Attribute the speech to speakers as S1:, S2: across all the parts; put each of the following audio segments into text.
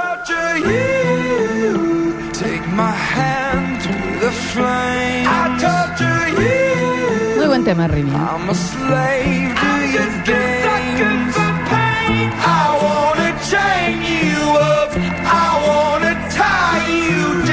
S1: picture you. Take my hand through the flame. I torture you.
S2: Muy buen tema, Rini.
S1: I'm a slave to your games. I wanna chain you up. I wanna tie you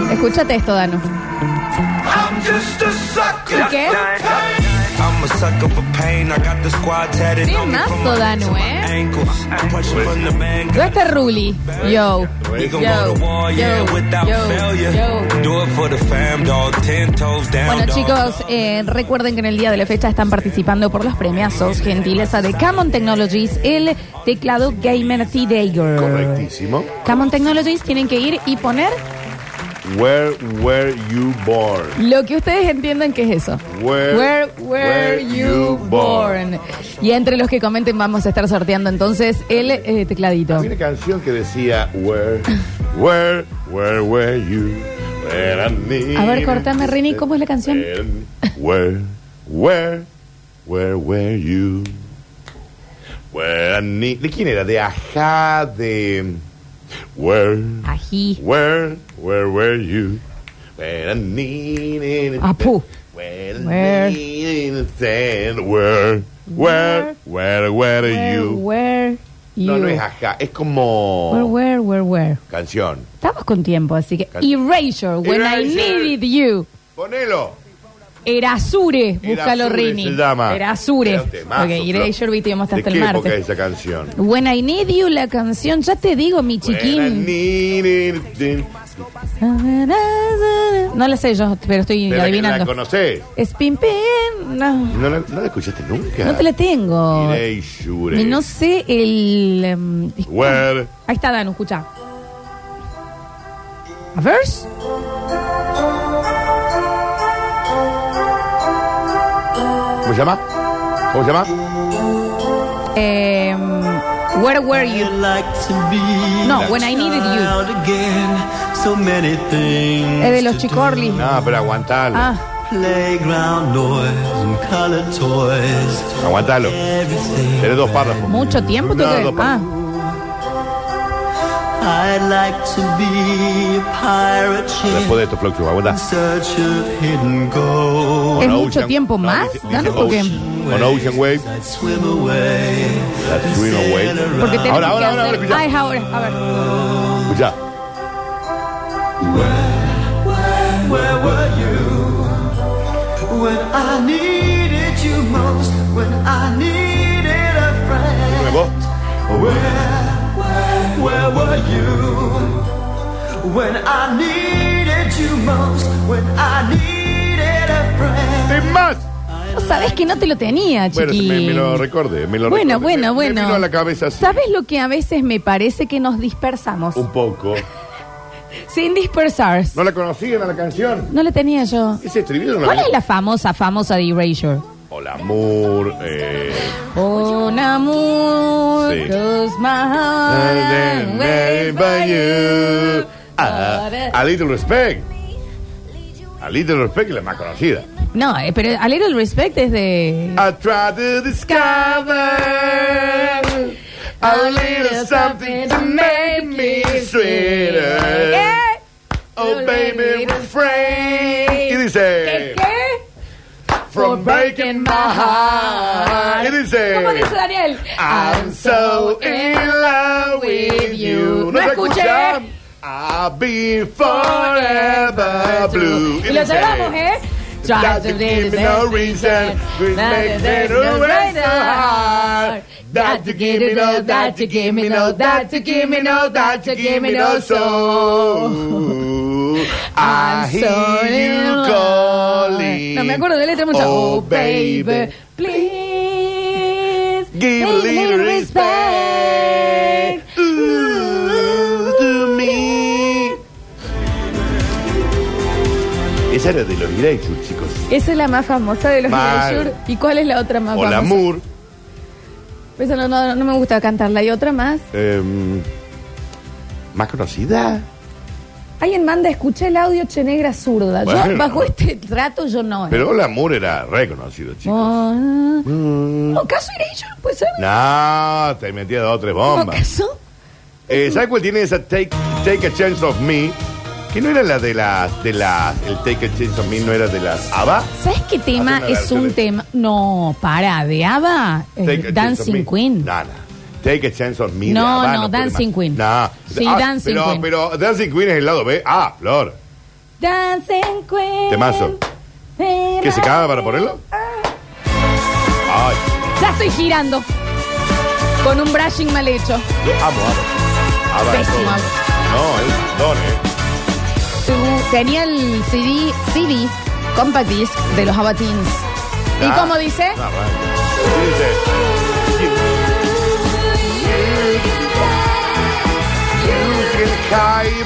S1: down.
S2: Escúchate esto, Dano.
S1: I'm just a sucker.
S2: ¿Y qué?
S1: I'm a sucker for pain. I got the squad tatted on me from
S2: Temazo,
S1: my head to
S2: Danu,
S1: my
S2: ¿eh?
S1: ankles. Pressure from the man got
S2: Yo este Ruli. Yo.
S1: We gon' go
S2: Yo,
S1: to war, yeah,
S2: yo,
S1: without
S2: yo,
S1: failure.
S2: yo.
S1: Do it for the fam, dog. Ten toes down,
S2: Bueno
S1: dog.
S2: chicos, eh, recuerden que en el día de la fecha están participando por los premiazos gentileza de Camon Technologies, el teclado Gamer T-Dagger.
S3: Correctísimo.
S2: Camon Technologies tienen que ir y poner
S3: Where were you born?
S2: Lo que ustedes entiendan que es eso.
S3: Where-
S2: were
S3: where
S2: you
S3: you
S2: born?
S3: born?
S2: Y entre los que comenten vamos a estar sorteando entonces el eh, tecladito.
S3: Había una canción que decía Where, where, where were you? Where I need-
S2: A ver, cortame, Rini, ¿cómo es la canción?
S3: Where, where, where were you? Where I need- ¿De quién era? De Ajá, de... Where,
S2: Ají.
S3: where, where were you? Where I needed...
S2: Apu.
S3: Where,
S2: Where?
S3: I needed... Where, where, where were you?
S2: Where, you.
S3: No, no es ajá, es como
S2: Where, where, where, where.
S3: canción.
S2: Estamos con tiempo, así que Erasure, when I
S3: Erasure.
S2: needed you.
S3: Ponelo.
S2: Erasure, búscalo Rini.
S3: Se llama.
S2: Erasure.
S3: Era un temazo,
S2: Ok, Erasure,
S3: Flor.
S2: viste, vamos hasta
S3: ¿De
S2: el
S3: qué época
S2: martes.
S3: es esa canción?
S2: When I need you, la canción, ya te digo, mi chiquín.
S3: Chiquín.
S2: No la sé yo, pero estoy
S3: Pero que la
S2: adivinando.
S3: conocés.
S2: Es pim pim. No,
S3: No la, no la escuchaste nunca.
S2: no te la tengo.
S3: Erasure.
S2: Y no sé el. em, es-
S3: Where.
S2: Ahí está Danu, escucha. A verse.
S3: ¿Cómo se llama? ¿Cómo se llama?
S2: Em, where were
S4: You
S2: you?
S4: like to be
S2: No, when I needed you.
S4: out again. So many things.
S2: Es de los
S4: to do.
S2: Chicorli.
S3: No, pero aguantalo.
S2: Ah,
S4: Playground noise and color toys.
S3: Aguantalo.
S4: Everything.
S3: Tenés dos párrafos.
S2: mucho tiempo
S3: No,
S2: tuve.
S3: dos párrafos.
S2: Ah,
S4: I'd like to be a pirate
S3: Después de
S4: ship
S3: esto, Floxu, aguanta.
S4: in search of hidden gold.
S2: ¿Es
S3: Con
S2: mucho tiempo más,
S3: dice-
S2: Danu?
S3: dice
S2: Porque-
S3: Ocean- Con Ocean Wave.
S4: I'd swim away.
S3: That's Swim Away.
S2: porque tenemos
S3: Ahora,
S2: que
S3: ahora, ahora,
S2: hacer-
S3: escucha.
S2: Ah, es ahora. A ver.
S3: Escucha.
S4: Where were you when I needed you most? When I needed a friend.
S3: Una voz.
S4: Where were you when I needed you most? When I needed a friend.
S3: ¡Es más!
S2: Vos sabés que no te lo tenía,
S3: Bueno,
S2: chiquín.
S3: me, me lo recordé, me lo
S2: Bueno,
S3: recordé.
S2: bueno,
S3: Me-
S2: bueno.
S3: Me vino a la cabeza así,
S2: ¿Sabes lo que a veces me parece que nos dispersamos?
S3: un poco.
S2: Sin dispersar.
S3: Uh. ¿No la conocían a la canción?
S2: No la tenía yo.
S3: Ese estribillo no la
S2: ¿Cuál es
S3: había-
S2: la famosa, famosa de Erasure?
S3: Hola, amor. Eh,
S2: Un amor
S3: Sí.
S2: goes my heart
S3: I'll
S2: away
S3: never
S2: by
S3: you.
S2: you.
S3: Ah, a Little Respect. A Little Respect es la más conocida.
S2: No, eh, pero A Little Respect es de...
S3: I try to discover a little something to make me sweeter.
S2: ¿Qué?
S3: Oh, baby, refrain. Y dice...
S2: ¿Qué? ¿Qué?
S3: eh, From breaking my heart. Y dice...
S2: ¿Cómo dice Daniel?
S3: I'm so in love with you.
S2: No
S3: se
S2: escuché.
S3: escucha? I'll be forever blue.
S2: Y lo llevamos, ¿eh?
S3: That you give me no reason to make me no raise so hard. That you give me no, that you give me no, that you give me no, that you give me no soul. I
S2: I'm so
S3: hear
S2: in
S3: you
S2: love.
S3: calling.
S2: No me acuerdo de la letra mucho.
S3: Oh, baby.
S2: please.
S3: Give a little respect. Ooh, to me. Esa era de los Iraichur, chicos.
S2: Esa es la más famosa de los
S3: Mal.
S2: Erasure. ¿Y cuál es la otra más
S3: Hola,
S2: famosa?
S3: amor.
S2: Esa no, no, no me gusta cantarla. ¿Y otra más?
S3: Em, más conocida.
S2: Alguien manda, escuché el audio Chenegra zurda. Yo,
S3: Bueno.
S2: bajo este trato, yo no. ¿eh?
S3: Pero Hola, amor era reconocido, chicos.
S2: Oh, ah. ¿O caso Erasure? Puede ser.
S3: No, te metía dos o tres
S2: ¿O
S3: bombas.
S2: caso?
S3: Eh, ¿Sabes cuál tiene esa take, take a Chance of Me? Que no era la de las. De las el Take a Chance of Me no era de las ABBA.
S2: ¿Sabes qué tema
S3: Hace una
S2: es un
S3: versión.
S2: tema? No, para, de ABBA, eh,
S3: Take a Chance on
S2: Dancing
S3: Me.
S2: Queen.
S3: No, no. Take a Chance on Me.
S2: No,
S3: de ABBA,
S2: no,
S3: puede
S2: Dancing
S3: más.
S2: Queen.
S3: No.
S2: Sí,
S3: Ah,
S2: Dancing
S3: pero,
S2: Queen.
S3: Pero Dancing Queen es el lado B. Ah, Flor.
S2: Dancing Queen.
S3: Temazo. ¿Qué se caga para ponerlo? Ay,
S2: Ya estoy girando. Con un brushing mal hecho.
S3: yo amo ABBA. ABBA es
S2: Pésimo.
S3: todo. No, es un don,
S2: Su-
S3: eh.
S2: Tenía el CD, CD, compact disc de los Abatins. ¿Y
S3: Ah,
S2: cómo dice?
S3: no, bueno. Dice, "You- you can hide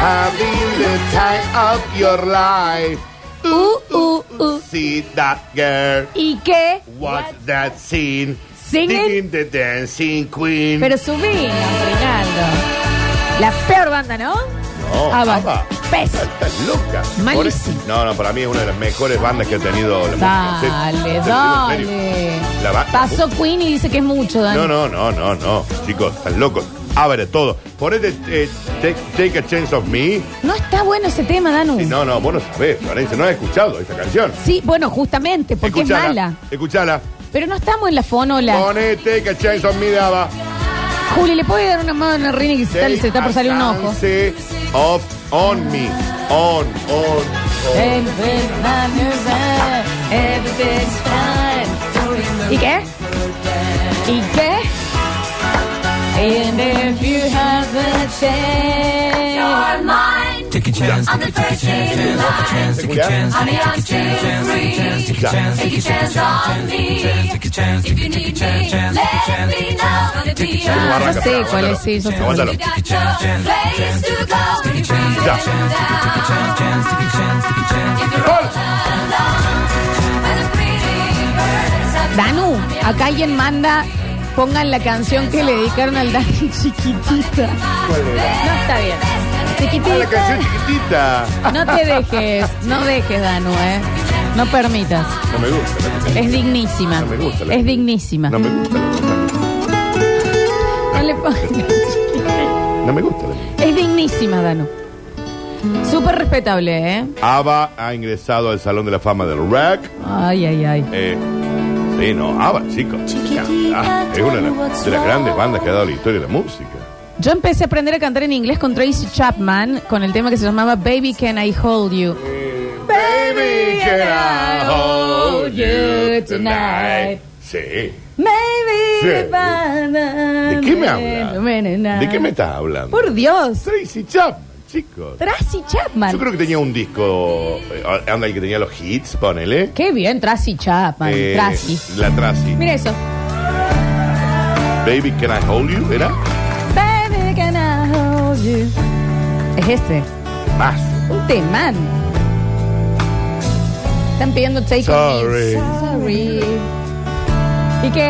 S3: having the time of your life.
S2: Uh, uh, uh.
S3: See that girl.
S2: ¿Y qué?
S3: What's that scene?
S2: Sing
S3: Digging the dancing queen.
S2: Pero subí, Reinaldo. La peor banda, ¿no?
S3: no,
S2: ABBA.
S3: ABBA.
S2: Pes.
S3: Estás loca.
S2: Malísimo.
S3: Por- e- No, no, para mí es una de las mejores bandas que ha tenido la música. Te- te
S2: Dale,
S3: lo digo en
S2: dale.
S3: serio. La ba-
S2: Pasó Queen y dice que es mucho, Dani.
S3: No, no, no, no, no. Chicos, están locos. Abre todo. Ponete eh, take, Take a Chance of Me.
S2: No está bueno ese tema, Danu.
S3: Sí, no, no, vos no sabés, Florencia. No has escuchado esta canción.
S2: Sí, bueno, justamente, porque es mala.
S3: Escuchala.
S2: Pero no estamos en la fonola.
S3: Ponete Take a Chance of Me de ABBA.
S2: Juli, ¿le puede dar una mano a Rini que se está,
S3: Take
S2: se está por
S3: a
S2: salir un ojo?
S3: chance of on me. On, on, on.
S2: ¿Y qué? ¿Y qué?
S5: You're mine
S6: Take a chance,
S5: on the first day of life.
S6: take a chance,
S5: Honey, I'm still free. Take
S3: Ya.
S5: a chance on me.
S6: take a chance,
S5: If you need me, let me know. Gonna
S3: Vamos,
S5: be a
S2: Yo
S3: arranca,
S2: sé cuál
S3: aguántalo.
S2: es, sí, yo sé cuál
S3: Aguántalo.
S5: You got no place to go when you're feeling
S3: Ya.
S5: down.
S6: chance, take a chance, take a chance.
S5: If you're all alone, when the pretty birds are
S2: Danu, acá alguien manda, pongan la canción que le dedicaron al Dani chiquitita. No está bien.
S3: Ah, la
S2: Chiquitita.
S3: canción chiquitita. Ah,
S2: No te dejes, no dejes, Danu, ¿eh? No permitas.
S3: No me gusta la canción.
S2: Es dignísima.
S3: No me gusta la
S2: Es
S3: canción.
S2: dignísima.
S3: No me gusta la canción.
S2: No le pongas.
S3: No me gusta la canción.
S2: Es dignísima, Danu. Súper respetable, ¿eh?
S3: ABBA ha ingresado al Salón de la Fama del Rack.
S2: Ay, ay, ay.
S3: Eh, sí, no, ABBA, chicos. Ah, es una de las, de las grandes bandas que ha dado la historia de la música.
S2: Yo empecé a aprender a cantar en inglés con Tracy Chapman con el tema que se llamaba Baby Can I Hold You.
S3: Baby, can I hold you tonight? Sí.
S2: Maybe
S3: Sí.
S2: if I-
S3: ¿De qué me hablas? ¿De qué me estás hablando?
S2: Por Dios.
S3: Tracy Chapman, chicos.
S2: Tracy
S3: Yo
S2: Chapman.
S3: creo que tenía un disco, eh, anda el que tenía los hits, ponele.
S2: Qué bien, Tracy Chapman.
S3: Eh,
S2: Tracy.
S3: La Tracy.
S2: Mira eso.
S3: Baby, can I hold you? ¿Era?
S2: Baby Can I Hold You. Es ese.
S3: Más.
S2: Un temán. Están pidiendo take on me.
S3: Sorry.
S2: Sorry. ¿Y qué?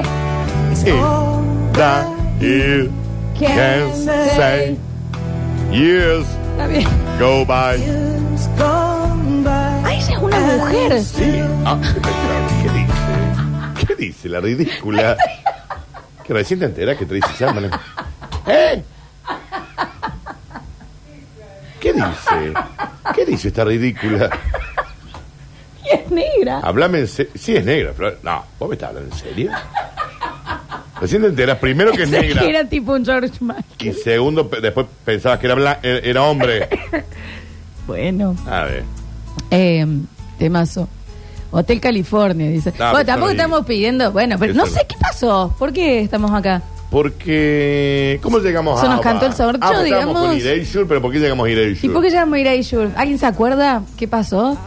S3: If Eh, that you can say years
S2: Está bien.
S3: go by.
S2: Ay, ella es una mujer.
S3: Sí. Ah, ¿Qué dice? ¿Qué dice la ridícula? Que recién te enterás que Tracy Chapman es- ¿Eh? ¿Qué dice? ¿Qué dice esta ridícula?
S2: Y es negra.
S3: Háblame en serio. Sí, es negra, Flor. No, vos me estás hablando en serio. Recién te enteras, primero que es
S2: Pensé
S3: negra.
S2: que Era tipo un George Michael.
S3: Y segundo, pe- después pensabas que era, blan- era era hombre.
S2: Bueno.
S3: A ver.
S2: Eh, temazo. Hotel California, dice.
S3: No,
S2: bueno,
S3: pero
S2: tampoco
S3: sorry.
S2: estamos pidiendo. Bueno, pero no
S3: Eso
S2: sé
S3: no.
S2: qué pasó. ¿Por qué estamos acá?
S3: Porque. ¿Cómo llegamos a.?
S2: Se nos
S3: ABBA?
S2: cantó el sorcho,
S3: ah, pues estábamos
S2: digamos.
S3: con Erasure, pero ¿por qué llegamos a Erasure?
S2: ¿Y por qué llamamos Erasure? ¿Alguien se acuerda qué pasó?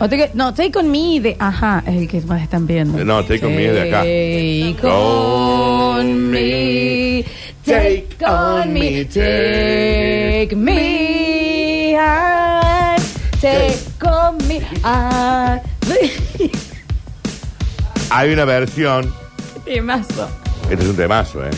S2: O take- no, Take On Me de... Ajá, es el que más están viendo.
S3: No, Take On Me es de acá.
S2: Take On Me, Take On Me, Take Me out, Take On Me out.
S3: Hay una versión.
S2: Temazo.
S3: Este es un temazo, ¿eh?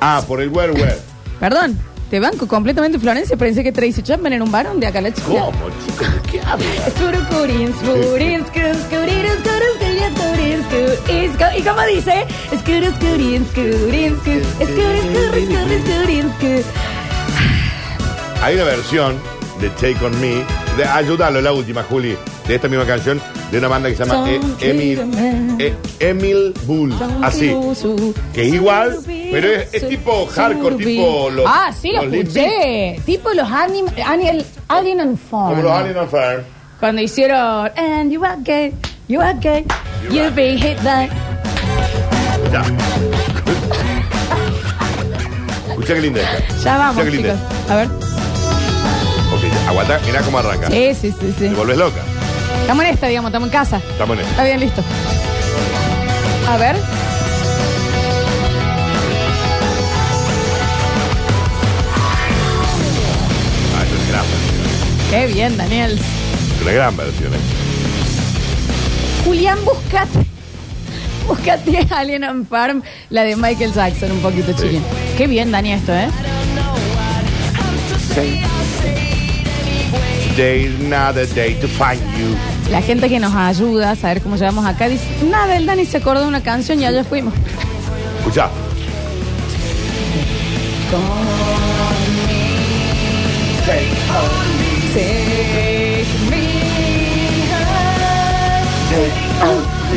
S3: Ah, por el werewolf.
S2: Perdón, te banco completamente Florencia, pensé que Tracy Chapman era un varón de acá la chica.
S3: ¿Cómo, chicos? ¿De qué hablas?
S2: Surururins, burins, curus, curiros, curus, curiros, curiros, in school, in school. ¿Y cómo dice? Scoot, scoot, in school, in school. Scoot, scoot, scoot, scoot, in school.
S3: Hay una versión de Take On Me, de, ayúdalo, la última, Juli, de esta misma canción, de una banda que se llama E- Emil, E- Emil Bull, así, que es igual, pero es, es tipo hardcore, tipo los...
S2: Ah, sí, lo
S3: los Limp Bizkit,
S2: escuché. Tipo los anim, Alien- Alien and Farm.
S3: Como los Alien on Fire.
S2: Cuando hicieron And you are gay, you are gay, you be hit like
S3: Ya. Escucha qué linda esta.
S2: Ya
S3: Escucha
S2: vamos,
S3: qué linda
S2: chicos. A ver.
S3: Ok, ya, aguanta, mirá cómo arranca.
S2: Sí, sí, sí, sí.
S3: Te volvés loca.
S2: Estamos en esta, digamos, estamos en casa.
S3: Estamos en esta.
S2: Está bien, listo. A ver.
S3: Ah, esto es gran versión.
S2: Qué bien, Daniel.
S3: Es Una gran versión. eh.
S2: Julián, buscate. Buscate Alien and Farm, la de Michael Jackson, un poquito
S3: Sí.
S2: chilena. Qué bien, Dani, esto, ¿eh?
S3: Today's not a day to find you.
S2: La gente que nos ayuda a saber cómo llegamos acá dice, nada, el Dani se acordó de una canción y allá fuimos.
S3: Escucha.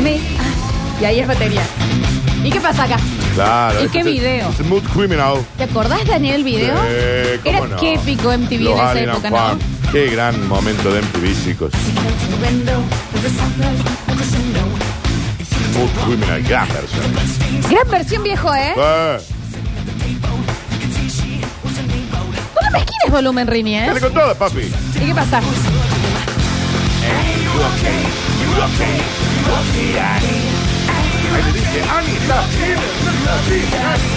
S2: Me- ah, Y ahí es batería. ¿Y qué pasa acá?
S3: Claro.
S2: ¿Y
S3: esto
S2: qué
S3: es-
S2: video?
S3: Smooth Criminal.
S2: ¿Te acordás, Daniel, el video?
S3: Sí, cómo
S2: Era
S3: no.
S2: qué épico MTV
S3: Los
S2: de esa
S3: Alien and
S2: época, ¿no?
S3: Farm. Qué gran momento de MTV, chicos. Smooth Criminal, gran versión.
S2: Gran versión viejo, ¿eh?
S3: Eh,
S2: Tú no mezquines volumen, Rini, ¿eh?
S3: Dale con todo, papi.
S2: ¿Y qué pasa?
S3: Ahí le dice, Annie, está bien.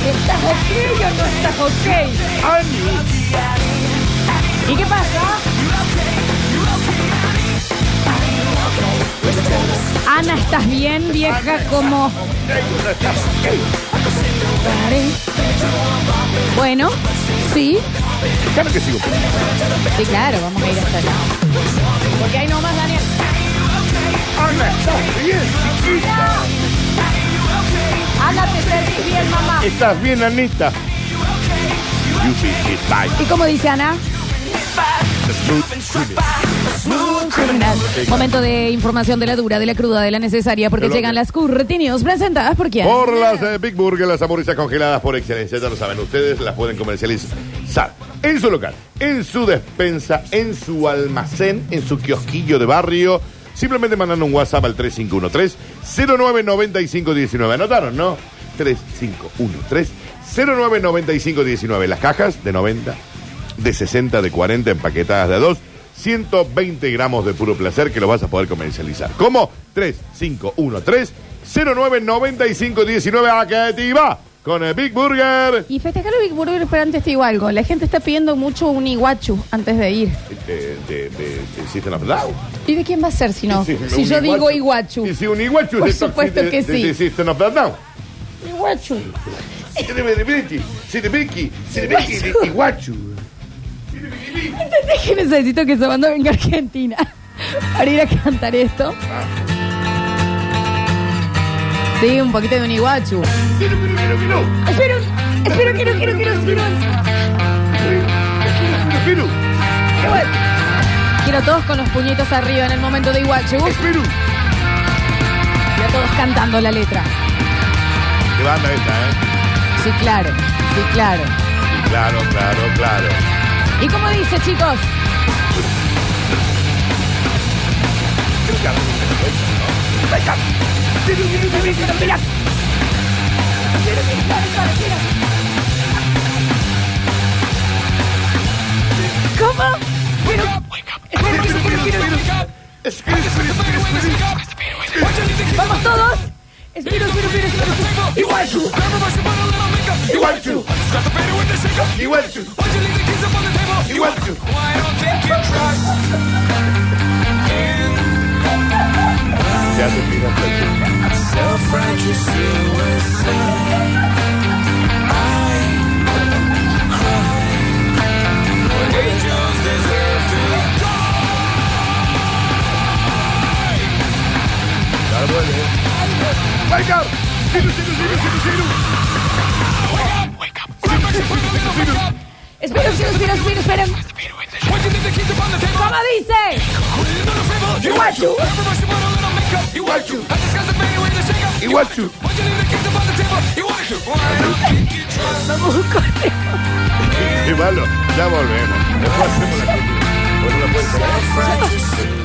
S2: ¿Estás ok o no estás ok?
S3: Annie.
S2: ¿Y qué pasa? Ana, ¿estás bien, vieja? Como... Bueno, sí.
S3: Claro que sigo.
S2: Sí, claro, vamos a ir hasta allá. Porque ahí nomás, Daniel.
S3: Ana, estás bien, chiquita.
S2: Ana, te sentís bien, mamá.
S3: Estás bien, Anita. You be hit by
S2: ¿Y cómo dice Ana?
S3: the smooth criminal.
S2: Momento de información de la dura, de la cruda, de la necesaria, porque
S3: Pero
S2: llegan
S3: que-
S2: las curtinios presentadas por quién.
S3: Por las eh, Big Burger, las hamburguesas congeladas por excelencia, ya lo saben ustedes, las pueden comercializar en su local, en su despensa, en su almacén, en su kiosquillo de barrio. Simplemente mandando un WhatsApp al 3513-099519. ¿Anotaron, no? 3513-099519. Las cajas de 90, de 60, de 40, empaquetadas de a 2. 120 gramos de puro placer que lo vas a poder comercializar. ¿Cómo? 3513-099519. Activa ¡Ah, con el Big Burger.
S2: Y festejar el Big Burger, pero antes te digo algo. La gente está pidiendo mucho un iguachu antes de ir.
S3: De, Eh, de, de, de System of a Down.
S2: ¿Y de quién va a ser si no?
S3: Sí, sí,
S2: si
S3: un
S2: yo digo iguachu.
S3: Sí, sí, un iguachu.
S2: Por
S3: de Toxic-
S2: supuesto
S3: de-
S2: que
S3: de-
S2: sí.
S3: de System of a Down.
S2: Iguachu.
S3: Siribiribiriti, siribiki, siribiki, de- Iguachu.
S2: ¿Entendés que necesito que esa banda venga a Argentina para ir a cantar esto? Sí, un poquito de un iguachu.
S3: Siribiribiribiru,
S2: Espero, espero que no, quiero, quiero, quiero.
S3: biru,
S2: Quiero a todos con los puñetos arriba en el momento de Iguachu y
S3: biru.
S2: a todos cantando la letra.
S3: Qué banda esta, ¿eh?
S2: Sí, claro, sí, claro.
S3: Sí, Claro, claro, claro.
S2: ¿Y cómo dice, chicos? ¿Cómo? Pero, espero, quiero, quiero, quiero. Vamos todos. Espero, espero, espero, espero.
S3: Iguachu, Iguachu, Iguachu, Iguachu. Se hace pija, flaco. Ya vuelve.
S2: esperen, esperen, esperen. ¿Cómo dice? Iguachu.
S3: Iguachu.
S2: Vamos con esto.
S3: Qué malo. Ya volvemos. Después hacemos la- Bueno, la puerta.